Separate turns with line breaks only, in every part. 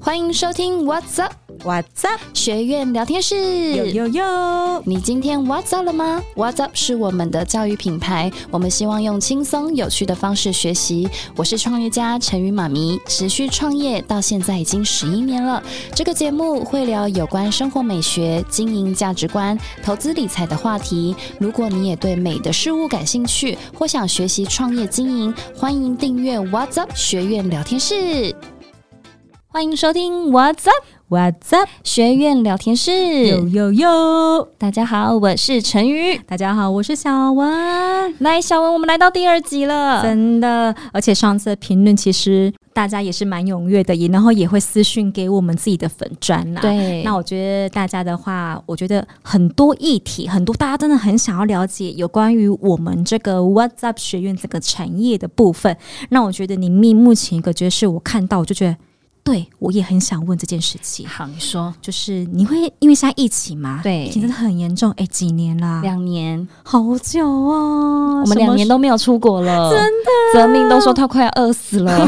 欢迎收听 What's Up
What's up？
学院聊天
有
室。
有有，
你今天 What's Up 了吗？What's Up 是我们的教育品牌，我们希望用轻松有趣的方式学习。我是创业家陈宇妈咪，持续创业到现在已经十一年了。这个节目会聊有关生活美学、经营价值观、投资理财的话题。如果你也对美的事物感兴趣，或想学习创业经营，欢迎订阅 What's Up 学院聊天室。欢迎收听 What's Up。
What's up？
学院聊天
有
室。
有有，
大家好，我是陈瑜。
大家好，我是小文。
来，小文，我们来到第二集了。
真的，而且上次的评论其实大家也是蛮踊跃的，也然后也会私讯给我们自己的粉砖啦。。
对，
那我觉得大家的话，我觉得很多议题，很多大家真的很想要了解有关于我们这个 What's Up 学院这个产业的部分。那我觉得你命目前一个爵士，我看到我就觉得，对我也很想问这件事情。
好，你说
就是你会因为现在疫情嘛，
对
疫情真的很严重，哎，几年啦，
两年，
好久哦，
我们两年
都
都没有出国了，真的。泽明都说他快要饿死了。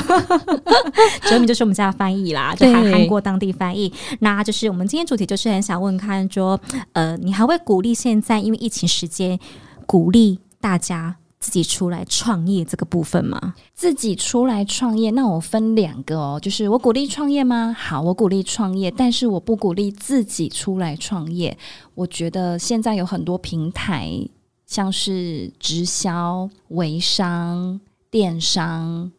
哲明就是我们家的翻译啦，就
对
韩韩国当地翻译。那就是我们今天主题就是很想问看说，呃，你还会鼓励现在因为疫情时间，鼓励大家自己出来创业这个部分吗？
自己出来创业，那我分两个哦，就是我鼓励创业吗？好，我鼓励创业，但是我不鼓励自己出来创业。我觉得现在有很多平台，像是直销、微商、电商，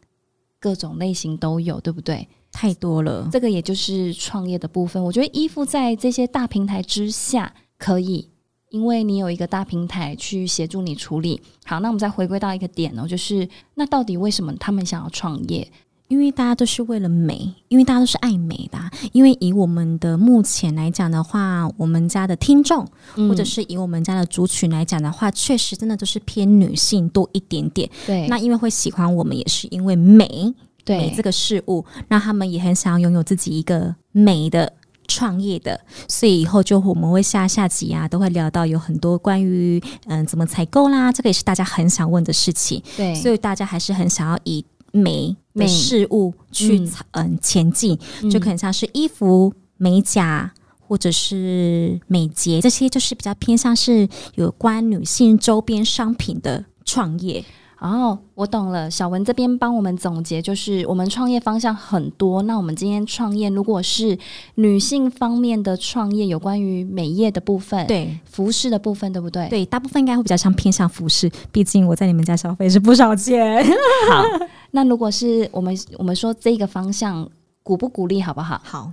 各种类型都有，对不对？
太多了，
这个也就是创业的部分。我觉得依附在这些大平台之下可以，因为你有一个大平台去协助你处理。好，那我们再回归到一个点哦，就是那到底为什么他们想要创业？
因为大家都是为了美，因为大家都是爱美的啊、因为以我们的目前来讲的话，我们家的听众
嗯
或者是以我们家的族群来讲的话，确实真的都是偏女性多一点点。
对
那因为会喜欢我们，也是因为美美
对
这个事物，那他们也很想要拥有自己一个美的。创业的，所以以后就我们会下下集啊，都会聊到有很多关于嗯怎么采购啦，这个也是大家很想问的事情，
对，
所以大家还是很想要以美的事物去
嗯
嗯前进，
嗯
就可能像是衣服、美甲或者是美睫，这些就是比较偏向是有关女性周边商品的创业。
哦，我懂了。小文这边帮我们总结，就是我们创业方向很多。那我们今天创业，如果是女性方面的创业，有关于美业的部分，
对
服饰的部分，对不对？
对，大部分应该会比较像偏向服饰，毕竟我在你们家消费是不少钱。
好，那如果是我们我们说这个方向鼓不鼓励好不好？
好，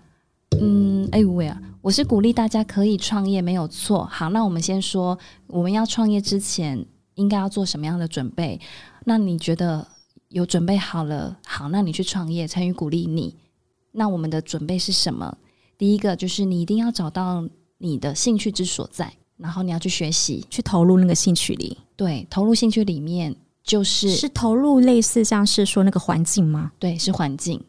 嗯，哎呦喂啊，我是鼓励大家可以创业没有错。好，那我们先说我们要创业之前应该要做什么样的准备？那你觉得有准备好了？好，那你去创业，参与鼓励你。那我们的准备是什么？第一个就是你一定要找到你的兴趣之所在，然后你要去学习，
去投入那个兴趣里，
对，投入兴趣里面就是
是投入类似像是说那个环境吗？
对，是环境。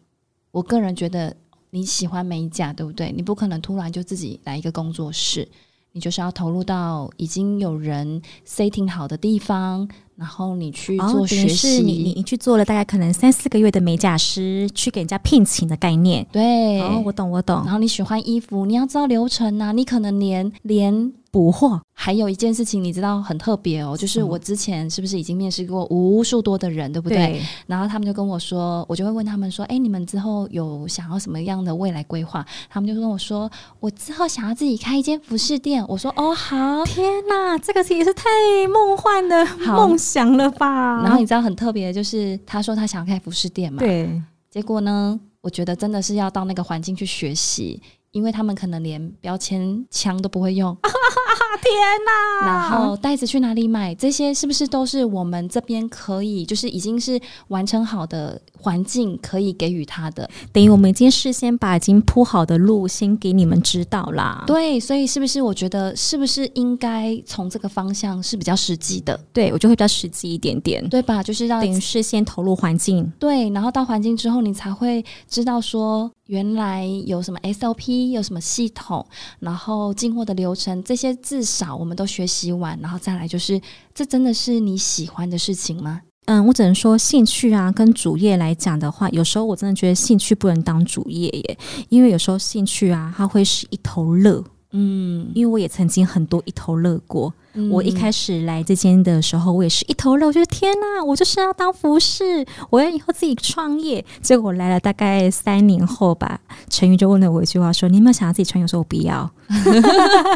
我个人觉得你喜欢美甲，对不对？你不可能突然就自己来一个工作室，你就是要投入到已经有人 setting 好的地方，然后你去
哦
做
等于
学
是
习。
你你你去做了大概可能三四个月的美甲师，去给人家聘请的概念。
对，
哦，我懂，我懂
然，后你喜欢衣服，你要知道流程啊。你可能连连
补货
还有一件事情，你知道很特别哦，就是
什么
我之前是不是已经面试过无数多的人，对不对？然后他们就跟我说，我就会问他们说：“哎，你们之后有想要什么样的未来规划？”他们就跟我说：“我之后想要自己开一间服饰店。”我说：“哦，好。
天呐，这个也是太梦幻的
好
梦想了”吧？
然后你知道很特别，就是他说他想要开服饰店嘛，
对，
结果呢，我觉得真的是要到那个环境去学习，因为他们可能连标签枪都不会用。
天呐，
然后袋子去哪里买？这些是不是都是我们这边可以，就是已经是完成好的环境可以给予他的？
等于我们已经事先把已经铺好的路先给你们知道啦。
对，所以是不是我觉得是不是应该从这个方向是比较实际的，
对，我就会比较实际一点点，
对吧？就是让
等于是先投入环境。
对，然后到环境之后，你才会知道说原来有什么 SOP，有什么系统，然后进货的流程这些，至少我们都学习完，然后再来就是这真的是你喜欢的事情吗？
嗯，我只能说兴趣啊，跟主业来讲的话，有时候我真的觉得兴趣不能当主业耶，因为有时候兴趣啊，它会是一头热。嗯，因为我也曾经很多一头热过。我
嗯
一开始来这间的时候，我也是一头热，我觉得天呐，我就是要当服饰，我要以后自己创业。结果来了大概三年后吧，陈宇就问了我一句话说：“你有没有想要自己创业？”我说：“我不要。”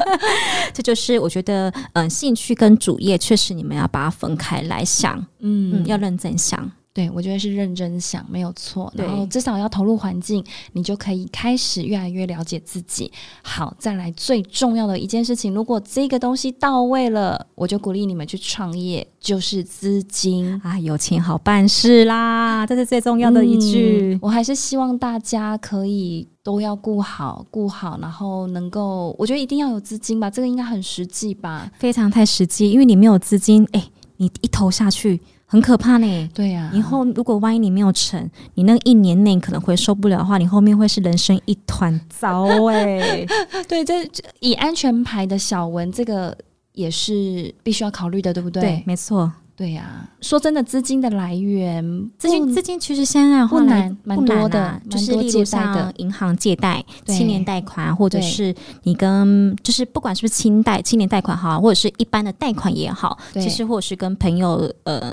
这就是我觉得，嗯，兴趣跟主业确实你们要把它分开来想，嗯，要认真想。
对，我觉得是认真想没有错，然后
对
至少要投入环境，你就可以开始越来越了解自己。好，再来最重要的一件事情，如果这个东西到位了，我就鼓励你们去创业，就是资金。
啊，有钱好办事啦，这是最重要的一句。
嗯我还是希望大家可以都要顾好，顾好，然后能够，我觉得一定要有资金吧，这个应该很实际吧？
非常太实际，因为你没有资金，哎、你一投下去很可怕呢。
对啊呀、
以后如果万一你没有成，你那一年内可能会受不了的话，你后面会是人生一团糟哎、
对，这这以安全牌的小文，这个也是必须要考虑的，对不对？
对，没错，
对呀、说真的，资金的来源，
资金
不
资金其实现在的话
不
来
难蛮
不难
多的
啊
蛮
就是
多
例
借
如
贷的
像银行借贷、
对
青年贷款，或者
对
是你跟就是不管是不是青贷、青年贷款哈，或者是一般的贷款也好，
对
其实或者是跟朋友呃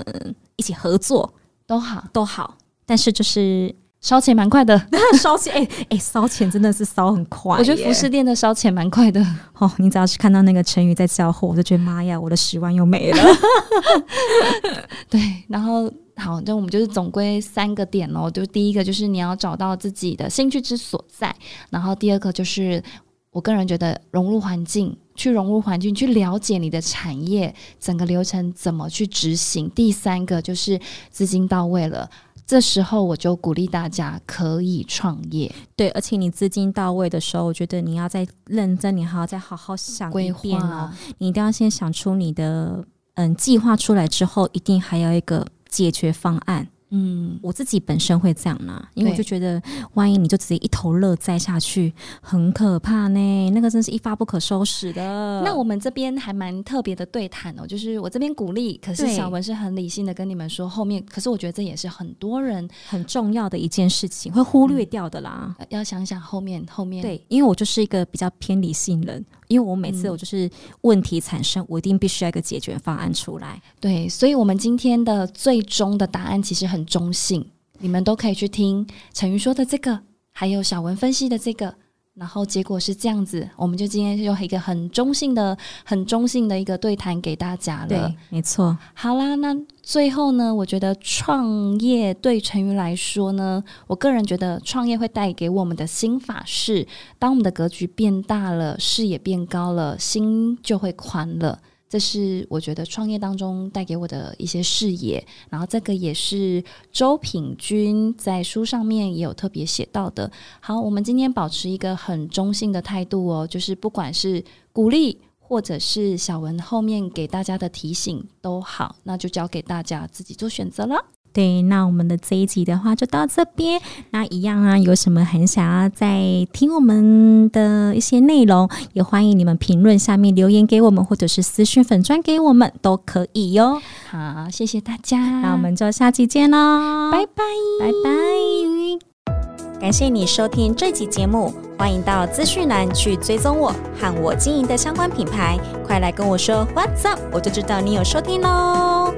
一起合作
都好，
都好，但是就是
烧钱蛮快的。
烧钱，哎、哎，烧、钱真的是烧很快耶。
我觉得服饰店的烧钱蛮快的。
哦，你只要是看到那个成语在交货，我就觉得妈呀，我的十万又没了。
对，然后好，那我们就是总归三个点喽。就第一个就是你要找到自己的兴趣之所在，然后第二个就是我个人觉得融入环境，去融入环境，去了解你的产业整个流程怎么去执行。第三个就是资金到位了，这时候我就鼓励大家可以创业。
对，而且你资金到位的时候，我觉得你要再认真，你还要再好好想
规
一遍哦
划。，
你一定要先想出你的嗯计划出来之后，一定还要一个解决方案。
嗯，
我自己本身会这样啦、因为我
对
就觉得，万一你就直接一头热栽下去，很可怕呢。那个真是一发不可收拾的。
那我们这边还蛮特别的对谈哦，就是我这边鼓励，可是
对
小文是很理性的跟你们说后面，可是我觉得这也是很多人
很重要的一件事情会忽略掉的啦。
呃要想想后面后面。
对，因为我就是一个比较偏理性人，因为我每次
嗯
我就是问题产生，我一定必须要一个解决方案出来。
对，所以我们今天的最终的答案其实很中性，你们都可以去听陈瑜说的这个，还有小文分析的这个。然后结果是这样子，我们就今天用一个很中性的、很中性的一个对谈给大家了
对。，没错，
好啦，那最后呢，我觉得创业对成瑜来说呢，我个人觉得创业会带给我们的心法是，当我们的格局变大了，视野变高了，心就会宽了。这是我觉得创业当中带给我的一些视野，然后这个也是周品君在书上面也有特别写到的。好，我们今天保持一个很中性的态度哦，就是不管是鼓励或者是小文后面给大家的提醒都好，那就交给大家自己做选择了。
对。那我们的这一集的话就到这边。那一样啊，有什么很想要再听我们的一些内容，也欢迎你们评论下面留言给我们，或者是私讯粉砖给我们都可以哟。
好，谢谢大家，
那我们就下期见喽，
拜拜。
拜拜。感谢你收听这期节目，欢迎到资讯栏去追踪我和我经营的相关品牌，快来跟我说 What's up，我就知道你有收听喽。